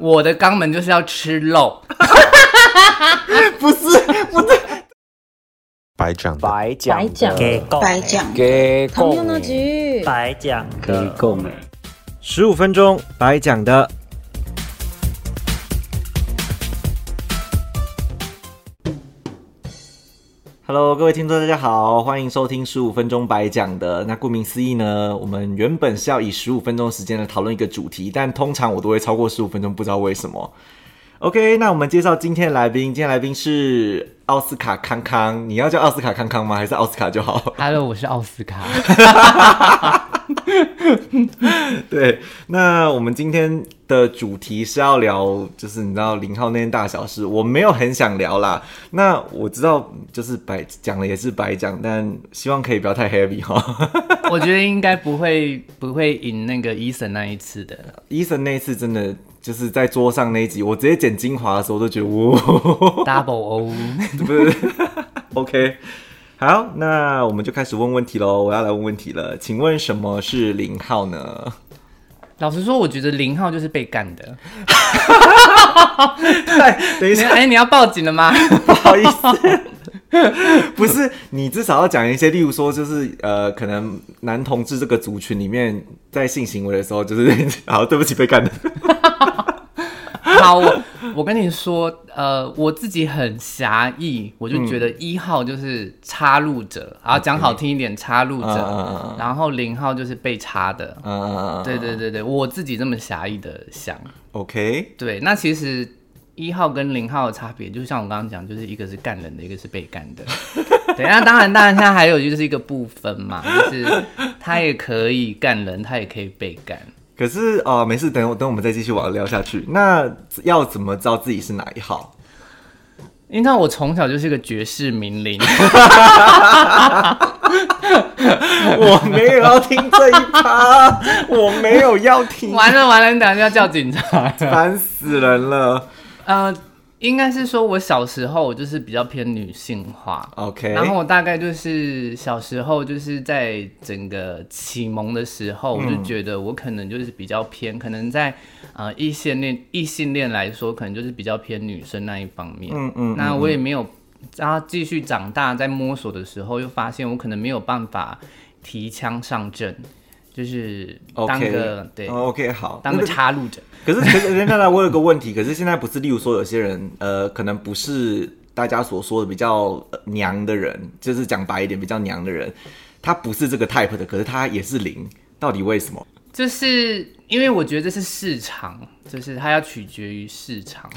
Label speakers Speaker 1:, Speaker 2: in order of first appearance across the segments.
Speaker 1: 我的肛门就是要吃肉，
Speaker 2: 不是，不是，
Speaker 3: 白讲的，
Speaker 4: 白讲的
Speaker 5: 白讲
Speaker 6: 给够
Speaker 7: 白讲，
Speaker 4: 给
Speaker 5: 糖
Speaker 4: 够
Speaker 5: 尿呢局，
Speaker 6: 白讲
Speaker 4: 给
Speaker 6: 的
Speaker 4: 够没？
Speaker 8: 十五分钟白讲的。
Speaker 4: Hello，各位听众，大家好，欢迎收听十五分钟白讲的。那顾名思义呢，我们原本是要以十五分钟的时间来讨论一个主题，但通常我都会超过十五分钟，不知道为什么。OK，那我们介绍今天的来宾，今天来宾是奥斯卡康康，你要叫奥斯卡康康吗？还是奥斯卡就好？
Speaker 1: Hello，我是奥斯卡。
Speaker 4: 对，那我们今天的主题是要聊，就是你知道零号那件大小事，我没有很想聊啦。那我知道就是白讲了也是白讲，但希望可以不要太 heavy 哈。
Speaker 1: 我觉得应该不会不会赢那个伊森那一次的。
Speaker 4: 伊森那一次真的就是在桌上那一集，我直接剪精华的时候都觉得，哇，
Speaker 1: Double O，
Speaker 4: 不是 OK。好，那我们就开始问问题喽。我要来问问题了，请问什么是零号呢？
Speaker 1: 老实说，我觉得零号就是被干的。
Speaker 4: 等一
Speaker 1: 你
Speaker 4: 下，
Speaker 1: 哎、你要报警了吗？
Speaker 4: 不好意思，不是你至少要讲一些，例如说就是呃，可能男同志这个族群里面，在性行为的时候，就是 好，对不起，被干的。
Speaker 1: 好，我我跟你说，呃，我自己很狭义，我就觉得一号就是插入者，然后讲好听一点，插入者，
Speaker 4: 嗯嗯嗯嗯
Speaker 1: 然后零号就是被插的。
Speaker 4: 嗯，
Speaker 1: 对对对对，我自己这么狭义的想。
Speaker 4: ，OK，
Speaker 1: 对，那其实一号跟零号的差别，就像我刚刚讲，就是一个是干人的，一个是被干的。对，那当然，当然，现在还有就是一个不分嘛，就是他也可以干人，他也可以被干。
Speaker 4: 可是啊、呃没事，等我等我们再继续往聊下去。那要怎么知道自己是哪一号？
Speaker 1: 因为我从小就是个绝世名伶，
Speaker 4: 我没有要听这一趴，我没有要听，
Speaker 1: 完了完了，你等下就要叫警察了。
Speaker 4: 烦死人了。
Speaker 1: 呃，应该是说我小时候我就是比较偏女性化。
Speaker 4: OK，
Speaker 1: 然后我大概就是小时候，就是在整个启蒙的时候，我就
Speaker 4: 嗯
Speaker 1: 觉得我可能就是比较偏，可能在呃异性恋异性恋来说，可能就是比较偏女生那一方面。
Speaker 4: 嗯嗯
Speaker 1: 那我也没有，然后继续长大在摸索的时候，又发现我可能没有办法提枪上阵，就是当
Speaker 4: OK，
Speaker 1: 个对、
Speaker 4: 哦 OK 好，
Speaker 1: 当个
Speaker 4: 那
Speaker 1: 插入者。
Speaker 4: 可是，可是，那那我有个问题，可是现在不是，例如说有些人，呃，可能不是大家所说的比较呃娘的人，就是讲白一点，比较娘的人，他不是这个 type 的，可是他也是零，到底为什么？
Speaker 1: 就是因为我觉得这是市场，就是它要取决于市场。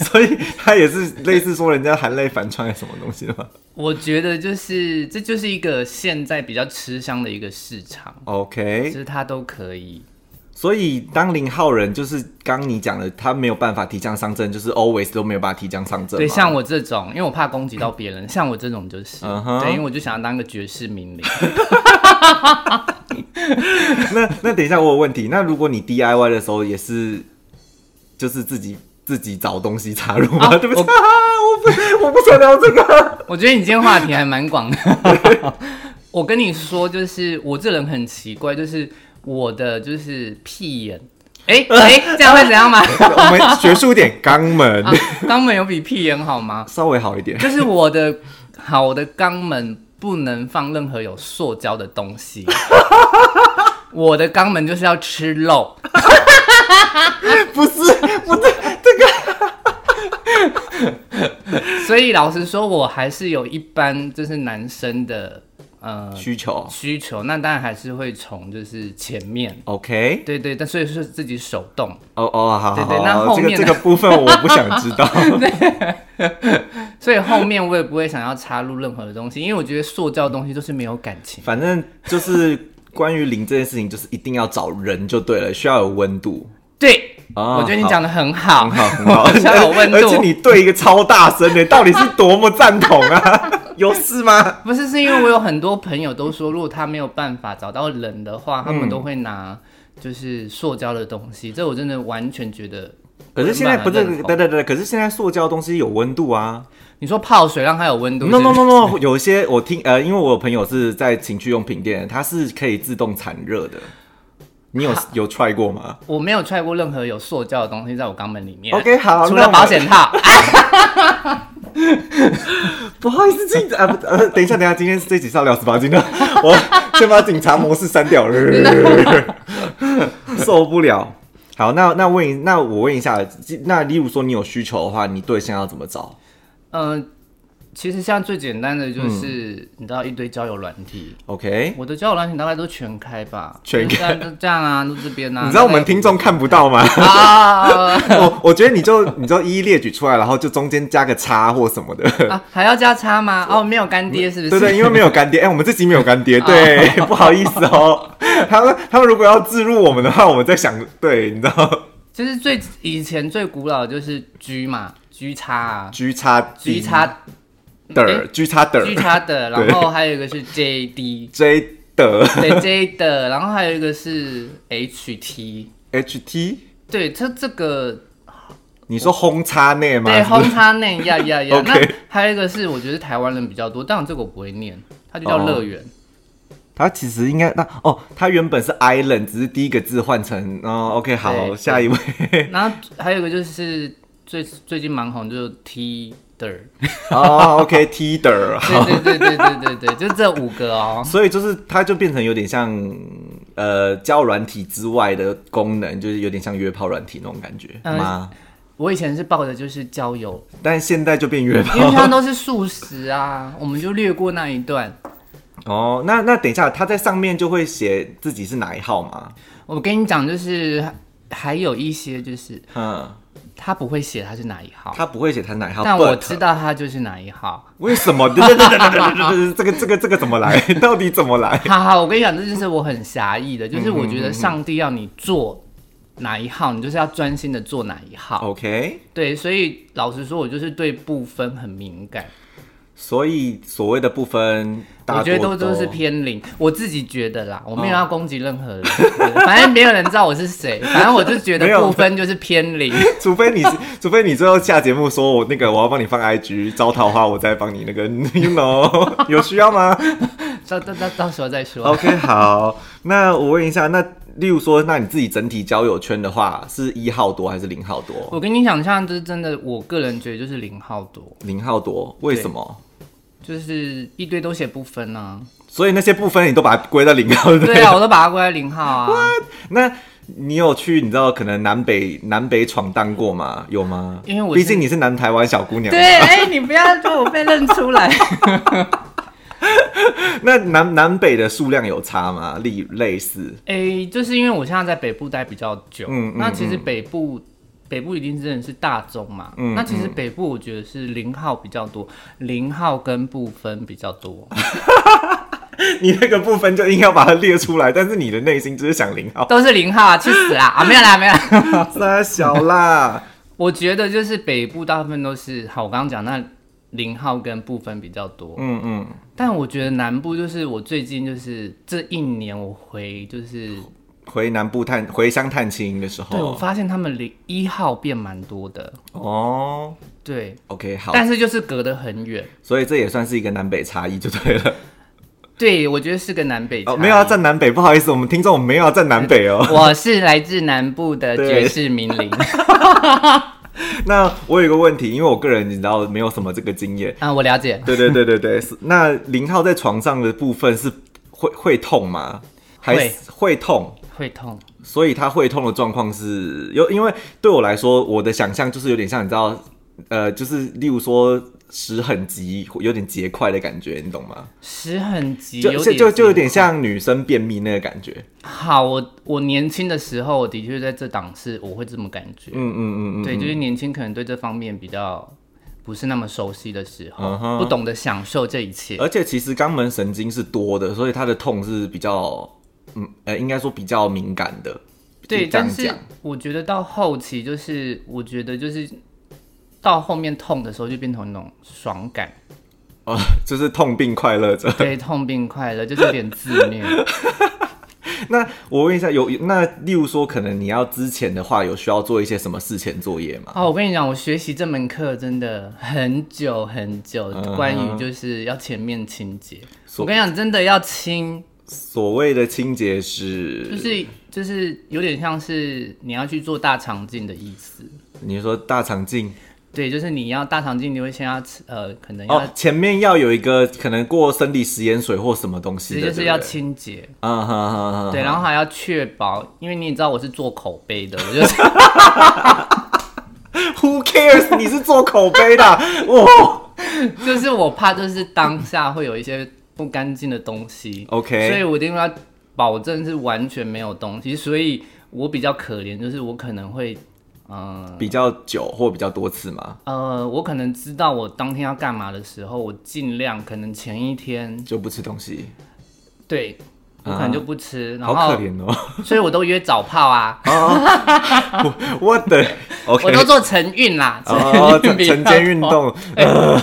Speaker 4: 所以他也是类似说人家含泪反串什么东西的吗
Speaker 1: 我觉得就是这就是一个现在比较吃香的一个市场，就
Speaker 4: ？OK，
Speaker 1: 是它都可以。
Speaker 4: 所以当零号人就是刚你讲的，他没有办法提降上阵，就是 always 都没有办法提降上阵嘛。
Speaker 1: 对，像我这种，因为我怕攻击到别人，像我这种就是
Speaker 4: 嗯哼
Speaker 1: 对，因为我就想要当个绝世名伶。
Speaker 4: 那那等一下，我有问题。那如果你 DIY 的时候也是，就是自己自己找东西插入吗？
Speaker 1: 啊
Speaker 4: 对不起，啊、我不我不想聊这 个。
Speaker 1: 我觉得你今天话题还蛮广的。 我跟你说，就是我这人很奇怪，就是我的就是屁眼，哎、哎、这样会怎样吗？
Speaker 4: 我们学术一点，肛门、
Speaker 1: 啊肛门有比屁眼好吗？
Speaker 4: 稍微好一点。
Speaker 1: 就是我的 好，我的肛门不能放任何有塑胶的 东西。我的肛门就是要吃肉，
Speaker 2: 不是，不是，
Speaker 1: 所以老实说，我还是有一般就是男生的呃
Speaker 4: 需求
Speaker 1: 需求，那当然还是会从就是前面，
Speaker 4: ，OK，
Speaker 1: 对对，但所以是自己手动，
Speaker 4: 哦哦，好好
Speaker 1: 对
Speaker 4: 好，
Speaker 1: 对那后
Speaker 4: 这个
Speaker 1: 面
Speaker 4: 这
Speaker 1: 呢
Speaker 4: 个部分我不想 知道。
Speaker 1: 所以后面我也不会想要插入任何的东西，因为我觉得塑胶的东西都是没有感情。
Speaker 4: 反正就是关于零这件事情，就是一定要找人就对了，需要有温度。
Speaker 1: 对，
Speaker 4: 啊
Speaker 1: 我觉得你讲的很好，
Speaker 4: 很好，很好，
Speaker 1: 需要有温
Speaker 4: 而
Speaker 1: 度
Speaker 4: 且。你对一个超大声的，到底是多么赞同啊？ 有事吗？
Speaker 1: 不是，是因为我有很多朋友都说，如果他没有办法找到人的
Speaker 4: 嗯
Speaker 1: 话，他们都会拿就是塑胶的东西。这我真的完全觉得。
Speaker 4: 可是现在不是，
Speaker 1: 我没办法
Speaker 4: 对
Speaker 1: 认同
Speaker 4: 对对，可是现在塑胶东西有温度啊。
Speaker 1: 你说泡水让它有温度
Speaker 4: No no
Speaker 1: 是
Speaker 4: no no，有 一些我听呃，因为我有朋友是在情趣用品店，它是可以自动产热的。你有有踹过吗
Speaker 1: 我没有踹过任何有塑胶的东西在我肛门里面。
Speaker 4: ？OK，好，
Speaker 1: 除
Speaker 4: 那
Speaker 1: 了
Speaker 4: 我们
Speaker 1: 保，险套，
Speaker 4: 不好意思，这啊不呃，等一下，等一下，今天这集是要聊十八禁的， 我先把警察模式删掉， 受不了。好，那那问一，那我问一下，那例如说你有需求的话，你对象要怎么找？
Speaker 1: 嗯、其实像最简单的就是、
Speaker 4: 嗯
Speaker 1: 你知道一堆交友软体，
Speaker 4: OK，
Speaker 1: 我的交友软体大概都全开吧，
Speaker 4: 全开
Speaker 1: 就这样就这样啊，都这边啊。
Speaker 4: 你知道我们
Speaker 1: 大概
Speaker 4: 听众看不到吗？
Speaker 1: 啊
Speaker 4: 我我觉得你就你就一一列举出来，然后就中间加个叉或什么的。
Speaker 1: 啊，还要加叉吗？哦，没有干爹是不是？
Speaker 4: 对对，因为没有干爹，哎、我们这集没有干
Speaker 1: 啊
Speaker 4: 爹，对， 不好意思哦。他们他们如果要置入我们的话，我们在想，对，你知道
Speaker 1: 就是最以前最古老的就是 G 嘛，G 叉啊
Speaker 4: G 叉
Speaker 1: ，G 叉
Speaker 4: 的 G 叉的
Speaker 1: G 叉的，
Speaker 4: 对
Speaker 1: 然后还有一个是 JD，
Speaker 4: J 的
Speaker 1: 对 J 的，然后还有一个是 HT，
Speaker 4: HT，
Speaker 1: 对，它这个
Speaker 4: 你说轰叉内吗？
Speaker 1: 对
Speaker 4: 是不
Speaker 1: 轰
Speaker 4: 是
Speaker 1: 叉内呀呀 呀，那
Speaker 4: OK
Speaker 1: 还有一个是我觉得台湾人比较多，当然这个我不会念，它就叫
Speaker 4: 哦
Speaker 1: 乐园，
Speaker 4: 他其实应该那哦，他原本是 Island，只是第一个字换成哦，OK，好，
Speaker 1: 对
Speaker 4: 下一位。
Speaker 1: 然后还有一个就是最最近蛮红就是 T 的，
Speaker 4: 哦，OK，T 的，好。
Speaker 1: 对对对对对对对，就这五个哦。
Speaker 4: 所以就是它就变成有点像呃交友软体之外的功能，就是有点像约炮软体那种感觉
Speaker 1: 嗯
Speaker 4: 吗？
Speaker 1: 我以前是抱着就是交友，
Speaker 4: 但现在就变约
Speaker 1: 因为他
Speaker 4: 炮
Speaker 1: 都是素食啊， 我们就略过那一段。
Speaker 4: 哦。那那等一下，他在上面就会写自己是哪一号吗？
Speaker 1: 我跟你讲，就是还有一些就是
Speaker 4: 嗯，
Speaker 1: 他不会写他是哪一号，
Speaker 4: 他不会写他哪一号，
Speaker 1: 但我
Speaker 4: but
Speaker 1: 知道他就是哪一号。
Speaker 4: 为什么？对对对对对对对，这个这个这个怎么来？到底怎么来？
Speaker 1: 好好，我跟你讲，这就是我很狭义的，
Speaker 4: 嗯
Speaker 1: 就是我觉得上帝要你做哪一号，你就是要专心的做哪一
Speaker 4: 哦
Speaker 1: 号。
Speaker 4: OK，
Speaker 1: 对，所以老实说，我就是对部分很敏感，
Speaker 4: 所以所谓的不分，大
Speaker 1: 我觉得
Speaker 4: 多
Speaker 1: 都都
Speaker 4: 都哦
Speaker 1: 是偏零，我自己觉得啦，我没有要攻击任何人，对 反正没有人知道我是谁，反正我就觉
Speaker 4: 没
Speaker 1: 得
Speaker 4: 有
Speaker 1: 部分就是偏零。
Speaker 4: 除非你是，除非你最后下节目说我那个我要帮你放 IG 招桃花，我再帮你那个 ，you know，有 需 要吗？
Speaker 1: 到到到到时候再说。
Speaker 4: OK，好，那我问一下，那例如说，那你自己整体交友圈的话，是一号多还是零号多？
Speaker 1: 我跟你讲，像这真的，我个人觉得就是零号多，
Speaker 4: 零号多，为什么？
Speaker 1: 就是一堆都写不分啊。
Speaker 4: 所以那些部分你都把它归到零号， 对不
Speaker 1: 对啊，我都把它归在零号啊，
Speaker 4: 那你有去你知道可能南北南北闯荡过吗？有吗？
Speaker 1: 因为我是
Speaker 4: 毕竟你是南台湾小姑娘，
Speaker 1: 对， 哎、你不要说我被认出来。
Speaker 4: 那南南北的数量有差吗？例类似，
Speaker 1: 哎、就是因为我现在在北部待比较久，
Speaker 4: 嗯嗯
Speaker 1: 那其实北部。北部一定真的是大众嘛？
Speaker 4: 嗯
Speaker 1: 那其实北部我觉得是零号比较多，零号跟部分比较多，
Speaker 4: 你那个部分就硬要把它列出来， 但是你的内心只是想零号，
Speaker 1: 都是零号啊！去死啊！啊，没有啦，没有啦。
Speaker 4: 那小啦。
Speaker 1: 我觉得就是北部大部分都是好，我刚刚讲那零号跟部分比较多，
Speaker 4: 嗯嗯，
Speaker 1: 但我觉得南部就是我最近就是这一年我回就是，
Speaker 4: 回南部探回乡探亲的时候，
Speaker 1: 对我发现他们零一号变蛮多的，
Speaker 4: 哦
Speaker 1: 对，
Speaker 4: ，OK，好，
Speaker 1: 但是就是隔得很远。
Speaker 4: 所以这也算是一个南北差异就对 了。
Speaker 1: 对，我觉得是个南北差异、
Speaker 4: 哦，没有要站南北，不好意思，我们听众我们没有要站南北哦。
Speaker 1: 我是来自南部的
Speaker 4: 对
Speaker 1: 爵士名 伶
Speaker 4: 那我有一个问题，因为我个人你知道没有什么这个经验。
Speaker 1: 啊，我了解。
Speaker 4: 对对对 对对，是那零号在床上的部分是会会痛吗？还
Speaker 1: 会
Speaker 4: 是会痛？
Speaker 1: 会痛，
Speaker 4: 所以他会痛的状况是有，因为对我来说，我的想象就是有点像你知道，呃，就是例如说使很急，有点结块的感觉，你懂吗？
Speaker 1: 湿很急，
Speaker 4: 就
Speaker 1: 有
Speaker 4: 就
Speaker 1: 点
Speaker 4: 就就有点
Speaker 1: 辛苦
Speaker 4: 像女生便秘那个感觉。
Speaker 1: 好，我我年轻的时候，我的确在这档次我会这么感觉。
Speaker 4: 嗯嗯嗯嗯，
Speaker 1: 对，
Speaker 4: 嗯
Speaker 1: 就是年轻可能对这方面比较不是那么熟悉的时候
Speaker 4: 嗯哼
Speaker 1: 不懂得享受这一切。
Speaker 4: 而且其实肛门神经是多的，所以它的痛是比较，嗯，呃，应该说比较敏感的。
Speaker 1: 对，
Speaker 4: 这样
Speaker 1: 但是
Speaker 4: 讲，
Speaker 1: 我觉得到后期，就是我觉得就是到后面痛的时候，就变成那种爽 感，
Speaker 4: 哦，就是痛并快乐着。
Speaker 1: 对，痛并快乐，就是有点自虐。
Speaker 4: 那我问一下，有有那例如说，可能你要之前的话，有需要做一些什么事前作业吗？
Speaker 1: 哦，我跟你讲，我学习这门课真的很
Speaker 4: 嗯
Speaker 1: 久很久，关于就是要前面清洁。我跟你讲，真的要清，
Speaker 4: 所谓的清洁是，
Speaker 1: 就是就是有点像是你要去做大肠镜的意思。
Speaker 4: 你说大肠镜
Speaker 1: 对，就是你要大肠镜，你会先要呃，可能要
Speaker 4: 哦，前面要有一个可能过生理食盐水或什么东西
Speaker 1: 其实
Speaker 4: 的，
Speaker 1: 就
Speaker 4: 对
Speaker 1: 是
Speaker 4: 不
Speaker 1: 要
Speaker 4: 对
Speaker 1: 清洁，
Speaker 4: 嗯哼哼哼，
Speaker 1: 对，然后还要确保，因为你也知道我是做口碑的，我就是
Speaker 4: Who cares？你是做口碑的 哦。
Speaker 1: 就是我怕就是当下会有一些不干净的东西
Speaker 4: OK
Speaker 1: 所以我一定要保证是完全没有东西，所以我比较可怜，就是我可能会，嗯
Speaker 4: 比较久或比较多次嘛，
Speaker 1: 呃我可能知道我当天要干嘛的时候，我尽量可能前一天
Speaker 4: 就不吃东西，
Speaker 1: 对。我可能就不吃，然
Speaker 4: 好
Speaker 1: 后
Speaker 4: 可，怜哦。 哦
Speaker 1: 所以我都约早炮啊，
Speaker 4: 我的 OK，
Speaker 1: 我都做晨运啦，
Speaker 4: 哦，
Speaker 1: 运比哎较
Speaker 4: 晨间运
Speaker 1: 多
Speaker 4: 动。呃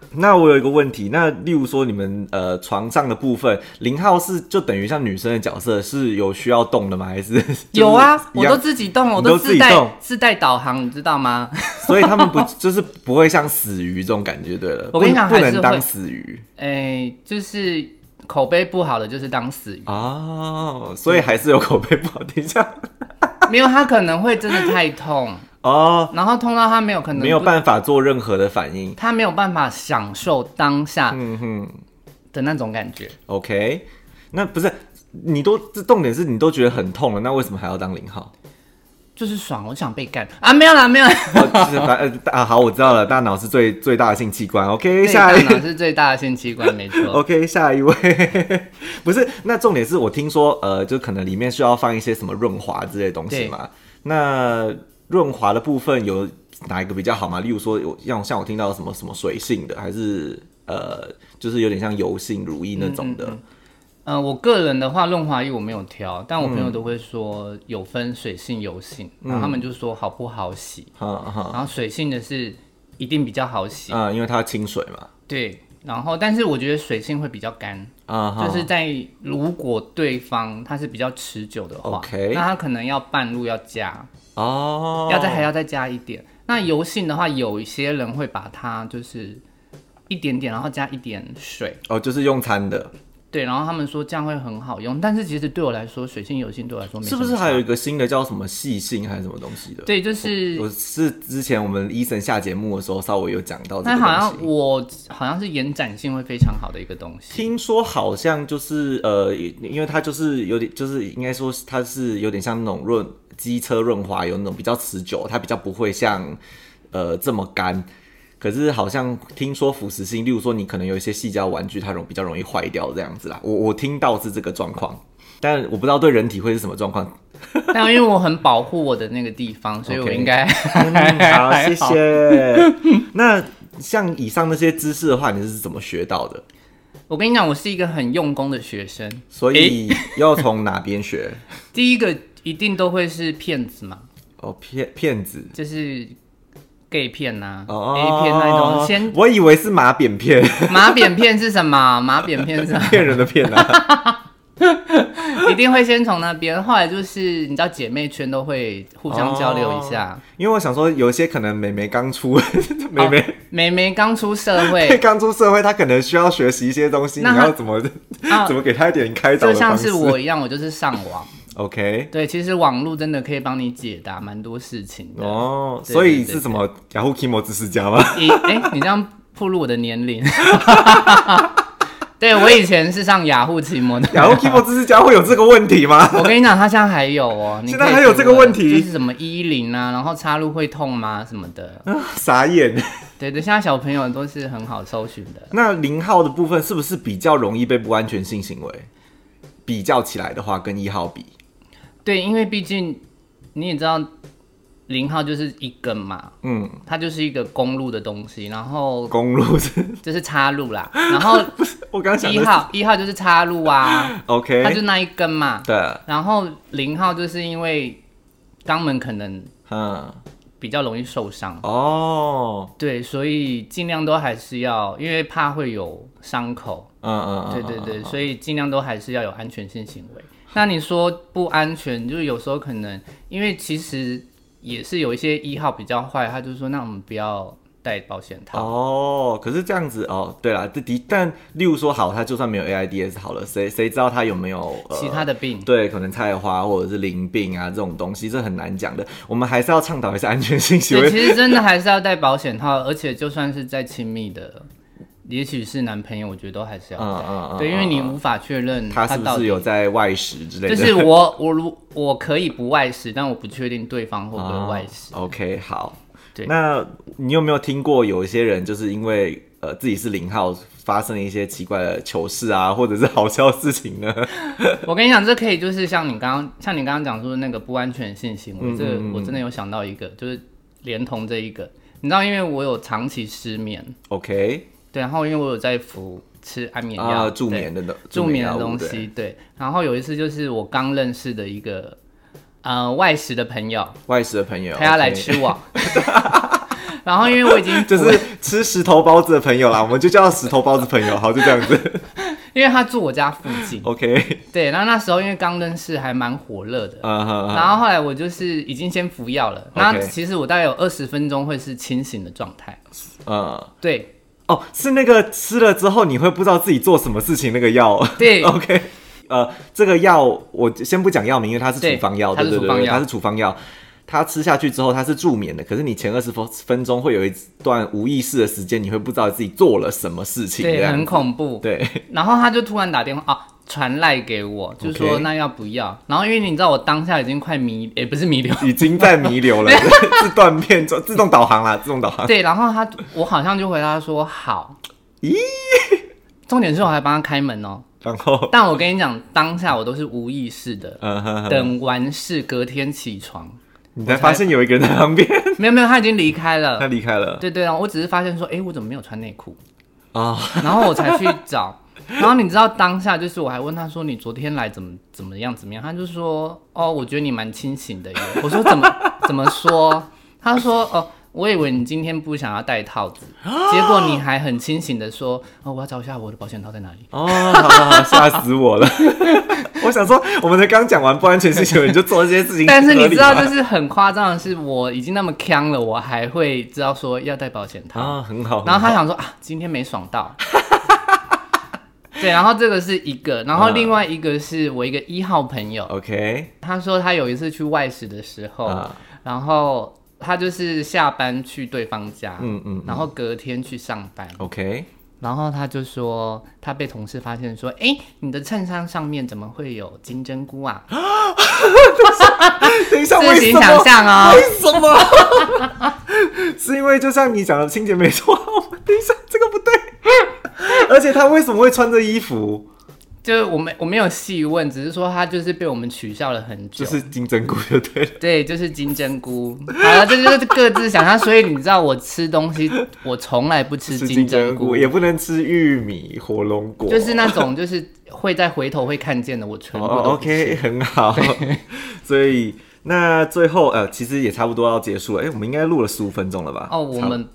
Speaker 4: 那我有一个问题，那例如说你们呃床上的部分，零号是就等于像女生的角色是有需要动的吗？还是就是
Speaker 1: 有啊，
Speaker 4: 一
Speaker 1: 我
Speaker 4: 样
Speaker 1: 都自己动，我
Speaker 4: 你都自
Speaker 1: 自
Speaker 4: 己
Speaker 1: 带
Speaker 4: 动
Speaker 1: 自带导航，你知道吗？
Speaker 4: 所以他们不就是不会像死鱼这种感觉，对了，
Speaker 1: 我跟你讲
Speaker 4: 不
Speaker 1: 还是
Speaker 4: 能当
Speaker 1: 会
Speaker 4: 死鱼
Speaker 1: 哎、就是口碑不好的就是当死鱼，
Speaker 4: 哦，所以还是有口碑不好。等一下
Speaker 1: 没有他可能会真的太痛，
Speaker 4: 哦，
Speaker 1: 然后痛到他没有可能
Speaker 4: 没有
Speaker 1: 不
Speaker 4: 办法做任何的反应。
Speaker 1: 他没有办法享受当下
Speaker 4: 嗯哼
Speaker 1: 的那种感
Speaker 4: 嗯
Speaker 1: 觉。
Speaker 4: ，OK，那不是你都这重点是你都觉得很痛了，那为什么还要当零号？
Speaker 1: 就是爽，我想被干啊！没有啦，没有啦。
Speaker 4: 哦，就是反呃啊，好，我知道了，大脑是最最大的性器官。OK，
Speaker 1: 对
Speaker 4: 下
Speaker 1: 大
Speaker 4: 一哦
Speaker 1: 脑是最大的性器 官，没错。
Speaker 4: OK，下一位， 不是，那重点是我听说，呃，就可能里面需要放一些什么润滑之类的东西嘛。那润滑的部分有哪一个比较好吗？例如说有像像我听到什么什么水性的，还是呃，就是有点像油性乳液那种的。
Speaker 1: 呃，我个人的话，润滑液我没有挑，但我朋
Speaker 4: 嗯
Speaker 1: 友都会说有分水性、油性，然后他们就说好不好洗，
Speaker 4: 哈哈，
Speaker 1: 然后水性的是一定比较好洗，
Speaker 4: 嗯，因为它要清水嘛。
Speaker 1: 对。然后，但是我觉得水性会比较干，
Speaker 4: 啊哈，
Speaker 1: 就是在如果对方他是比较持久的话
Speaker 4: OK
Speaker 1: 那他可能要半路要加，
Speaker 4: 哦，
Speaker 1: 要再还要再加一点。那油性的话，有一些人会把它就是一点点，然后加一点水，
Speaker 4: 哦，就是用餐的，
Speaker 1: 对，然后他们说这样会很好用，但是其实对我来说，水性油性对我来说没
Speaker 4: 是
Speaker 1: 什
Speaker 4: 不
Speaker 1: 么
Speaker 4: 是还有
Speaker 1: 差
Speaker 4: 一个新的叫什么细性还是什么东西的？
Speaker 1: 对，就是
Speaker 4: 我是之前我们医生下节目的时候稍微有讲到这
Speaker 1: 那
Speaker 4: 个
Speaker 1: 好
Speaker 4: 东
Speaker 1: 像
Speaker 4: 西。
Speaker 1: 我好像是延展性会非常好的一个东西。
Speaker 4: 听说好像就是呃，因为它就是有点，就是应该说它是有点像那种润机车润滑油那种比较持久，它比较不会像呃这么干。可是好像听说腐蚀性，例如说你可能有一些细胶玩具，它容比较容易坏掉这样子啦。我我听到是这个状况，但我不知道对人体会是什么状况。
Speaker 1: 但因为我很保护我的那个地方，所以我
Speaker 4: OK
Speaker 1: 应该
Speaker 4: 嗯好，
Speaker 1: 还
Speaker 4: 谢
Speaker 1: 好
Speaker 4: 谢。那像以上那些知识的话，你是怎么学到的？
Speaker 1: 我跟你讲，我是一个很用功的学生，
Speaker 4: 所以要从哪边学？
Speaker 1: 第一个一定都会是骗子嘛，
Speaker 4: 哦，骗骗子。
Speaker 1: 就是 gay 片呐、
Speaker 4: 哦
Speaker 1: a 片那种。先
Speaker 4: 我以为是马扁片，
Speaker 1: 马扁片是什么？ 马扁片是什么？
Speaker 4: 骗人的骗 啊。
Speaker 1: 一定会先从那边，后来就是你知道姐妹圈都会互相交流一下。
Speaker 4: 因为我想说，有一些可能美眉刚
Speaker 1: 哦
Speaker 4: 出， 美眉
Speaker 1: 妹妹刚出社 会，
Speaker 4: 刚出社会，她可能需要学习一些东西，你
Speaker 1: 那她
Speaker 4: 要怎么
Speaker 1: 啊
Speaker 4: 怎么给她一点开导
Speaker 1: 就
Speaker 4: 的
Speaker 1: 像
Speaker 4: 方式？
Speaker 1: 是我一样，我就是上网。
Speaker 4: OK。
Speaker 1: 对，其实网络真的可以帮你解答蛮多事情的。
Speaker 4: 哦，
Speaker 1: 对
Speaker 4: 所以
Speaker 1: 对对
Speaker 4: 是什么 Yahoo Kimo 知识家吗？
Speaker 1: 你哎、你这样暴露我的年龄。 对我以前是上雅虎奇摩的。
Speaker 4: Yahoo Kimo 知识家会有这个问题吗？
Speaker 1: 我跟你讲，他现在还有哦，你
Speaker 4: 现在
Speaker 1: 可以
Speaker 4: 还有
Speaker 1: 读
Speaker 4: 这个
Speaker 1: 了
Speaker 4: 问题
Speaker 1: 就是什么衣领啊，然后插入会痛吗什么的，
Speaker 4: 嗯傻眼。
Speaker 1: 对对，现在小朋友都是很好搜寻的。
Speaker 4: 那零号的部分是不是比较容易被不安全性行为？比较起来的话，跟一号比，
Speaker 1: 对，因为毕竟你也知道，零号就是一根嘛，
Speaker 4: 嗯，
Speaker 1: 它就是一个公路的东西，然后
Speaker 4: 公路是，
Speaker 1: 就是插入啦，然后
Speaker 4: 我刚想
Speaker 1: 一
Speaker 4: 的是
Speaker 1: 号一号就是插入啊，
Speaker 4: OK，
Speaker 1: 它就那一根嘛，
Speaker 4: 对，
Speaker 1: 然后零号就是因为肛门可能
Speaker 4: 嗯，
Speaker 1: 比较容易受伤，
Speaker 4: 哦，
Speaker 1: 对，所以尽量都还是要，因为怕会有伤口，
Speaker 4: 嗯嗯，嗯
Speaker 1: 对对对，，所以尽量都还是要有安全性行为。那你说不安全，就是有时候可能，因为其实也是有一些一号比较坏，他就说那我们不要戴保险套。
Speaker 4: 哦，可是这样子哦，对啦，这的，但例如说好，他就算没有 AIDS 好了，谁谁知道他有没有、呃、
Speaker 1: 其他的病
Speaker 4: 对，可能菜花或者是淋病啊这种东西，这很难讲的。我们还是要倡导一下安全性行
Speaker 1: 对，
Speaker 4: 为。
Speaker 1: 其实真的还是要戴保险套，而且就算是再亲密的，也许是男朋友，我觉得都还是要
Speaker 4: 嗯
Speaker 1: 戴。
Speaker 4: 嗯嗯，
Speaker 1: 对，因为你
Speaker 4: 嗯
Speaker 1: 无法确认
Speaker 4: 他是
Speaker 1: 到
Speaker 4: 不
Speaker 1: 底
Speaker 4: 是有在外食之类
Speaker 1: 就
Speaker 4: 的？嗯
Speaker 1: 是我我如我可以不外食，但我不确定对方会不会外食。
Speaker 4: 哦 OK，好。
Speaker 1: 对
Speaker 4: 那你有没有听过有一些人就是因为呃自己是零号，发生了一些奇怪的糗事啊，或者是好笑的事情呢？
Speaker 1: 我跟你讲，这可以就是像你刚刚像你刚刚讲说的那个不安全性行
Speaker 4: 嗯
Speaker 1: 为，这个我真的有想到一个，就是连同这一个，你知道，因为我有长期失眠，
Speaker 4: OK，
Speaker 1: 对，然后因为我有在服吃安眠药、
Speaker 4: 啊，助
Speaker 1: 对
Speaker 4: 眠的东
Speaker 1: 助眠
Speaker 4: 药
Speaker 1: 的
Speaker 4: 物
Speaker 1: 东
Speaker 4: 对
Speaker 1: 西，对。然后有一次就是我刚认识的一个呃外食的朋友，
Speaker 4: 外食的朋友，
Speaker 1: 他要来
Speaker 4: OK
Speaker 1: 吃我， 然后因为我已经
Speaker 4: 就是吃石头包子的朋 友啦，我们就叫石头包子朋友，好，就这样子。
Speaker 1: 因为他住我家附近，
Speaker 4: 哦 OK，
Speaker 1: 对。然后那时候因为刚认识还蛮火热的，
Speaker 4: 嗯哼
Speaker 1: 然后后来我就是已经先服药了，那
Speaker 4: OK
Speaker 1: 其实我大概有二十分钟会是清醒的状态，
Speaker 4: 嗯，
Speaker 1: 对
Speaker 4: 哦，是那个吃了之后你会不知道自己做什么事情那个药。
Speaker 1: 对
Speaker 4: OK，呃，这个药我先不讲药名，因为它是
Speaker 1: 对
Speaker 4: 处方药，
Speaker 1: 它
Speaker 4: 对
Speaker 1: 是
Speaker 4: 对
Speaker 1: 处
Speaker 4: 对，
Speaker 1: 方
Speaker 4: 对
Speaker 1: 药
Speaker 4: 它是处方药。它吃下去之后，它是助眠的，可是你前二十分分钟会有一段无意识的时间，你会不知道自己做了什么事情，这
Speaker 1: 对，
Speaker 4: 样
Speaker 1: 很恐怖。
Speaker 4: 对，
Speaker 1: 然后他就突然打电话啊，传赖给我，就说
Speaker 4: OK
Speaker 1: 那要不要？然后因为你知道我当下已经快迷，也、不是迷 流，
Speaker 4: 已经在弥留了， 自断片中自动导航啦，自动导航。
Speaker 1: 对，然后他我好像就回答说好。
Speaker 4: 咦，
Speaker 1: 重点是我还帮他开门哦。
Speaker 4: 然后，
Speaker 1: 但我跟你讲，当下我都是无意识的，
Speaker 4: 嗯哼哼，
Speaker 1: 等完事隔天起床，
Speaker 4: 你才发现有一个人在旁边，
Speaker 1: 没有没有，他已经离开
Speaker 4: 他
Speaker 1: 了。
Speaker 4: 离开了
Speaker 1: 对对啊，我只是发现说，哎，我怎么没有穿内裤？
Speaker 4: 啊。
Speaker 1: 然后我才去找。然后你知道当下就是我还问他说你昨天来怎么怎么样怎么样，他就说哦我觉得你蛮清醒的耶。我说怎么 怎么说？他说哦我以为你今天不想要戴套 子，结果你还很清醒的说哦我要找一下我的保险套在哪 里。
Speaker 4: 哦，好好好，吓死我了！ 我想说，我们才刚讲完不安全性行为，你就做这些事 情，
Speaker 1: 但是你知道
Speaker 4: 合
Speaker 1: 就
Speaker 4: 理吗
Speaker 1: 是很夸张的是我已经那么呛了，我还会知道说要戴保险套。
Speaker 4: 啊，很好。
Speaker 1: 然后他
Speaker 4: 很好
Speaker 1: 想说啊，今天没爽到。 对，然后这个是一个，然后
Speaker 4: 嗯哦
Speaker 1: 另外一个是我一个一号朋友，
Speaker 4: ，OK，
Speaker 1: 他说他有一次去外食的时候，
Speaker 4: 啊
Speaker 1: 然后他就是下班去对方家，
Speaker 4: 嗯嗯嗯哦
Speaker 1: 然后隔天去上班，
Speaker 4: ，OK，
Speaker 1: 然后他就说他被同事发现说，哎、你的衬衫上面怎么会有金针菇啊？
Speaker 4: 等一下，
Speaker 1: 自
Speaker 4: 为
Speaker 1: 行
Speaker 4: 什
Speaker 1: 想
Speaker 4: 么？
Speaker 1: 象哦。
Speaker 4: 为什么？是因为就像你讲的，清洁没做好。 等一下，这个不对。而且他为什么会穿着衣服？
Speaker 1: 就是我们我没有细问，只是说他就是被我们取笑了很久。
Speaker 4: 就是金针菇就对了。
Speaker 1: 对，就是金针菇。好了，这就是各自想象。所以你知道，我吃东西，我从来不吃
Speaker 4: 是
Speaker 1: 金
Speaker 4: 金
Speaker 1: 针
Speaker 4: 针
Speaker 1: 菇，
Speaker 4: 菇，也不能吃玉米、火龙果，
Speaker 1: 就是那种就是会在回头会看见的，我全部都不吃、
Speaker 4: 哦，OK，很好。所以那最后呃，其实也差不多要结束了。哎、我们应该录了十五分钟了吧？
Speaker 1: 哦，我
Speaker 4: 差
Speaker 1: 们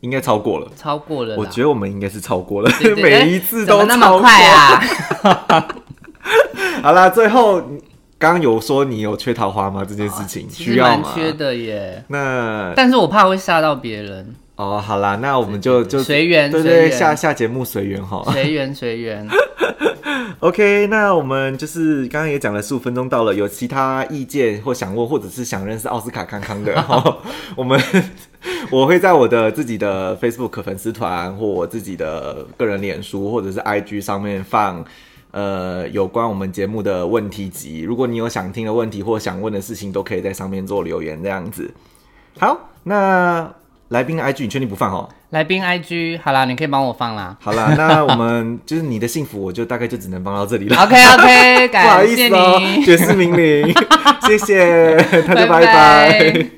Speaker 4: 应该超过了。
Speaker 1: 超过了啦。
Speaker 4: 我觉得我们应该是超过了，
Speaker 1: 对对对
Speaker 4: 每一次都
Speaker 1: 怎么那么
Speaker 4: 超过
Speaker 1: 快啊！
Speaker 4: 好啦，最后你刚刚有说你有缺桃花吗？这件事情、
Speaker 1: 其
Speaker 4: 需
Speaker 1: 实
Speaker 4: 要
Speaker 1: 蛮
Speaker 4: 吗？
Speaker 1: 缺的耶，
Speaker 4: 那
Speaker 1: 但是我怕会吓到别人，
Speaker 4: 哦，好啦，那我们就就
Speaker 1: 随缘
Speaker 4: 对
Speaker 1: 随
Speaker 4: 对，
Speaker 1: 缘
Speaker 4: 下下节目随缘哈。
Speaker 1: 随缘随缘。
Speaker 4: OK，那我们就是刚刚也讲了十五分钟到了，有其他意见或想问，或者是想认识奥斯卡康康的，哈我们 我会在我的自己的 Facebook 粉丝团或我自己的个人脸书或者是 IG 上面放。呃，有关我们节目的问题集，如果你有想听的问题或想问的事情，都可以在上面做留言这样子。好，那来宾的 IG 你确定不放哦？
Speaker 1: 来宾 IG，好啦，你可以帮我放啦。
Speaker 4: 好啦，那我们 就是你的幸福，我就大概就只能帮到这里了。
Speaker 1: OK OK，
Speaker 4: 不好
Speaker 1: 感
Speaker 4: 意
Speaker 1: 谢
Speaker 4: 思哦，
Speaker 1: 你，
Speaker 4: 爵士明明，谢谢，大家拜
Speaker 1: 拜
Speaker 4: 拜。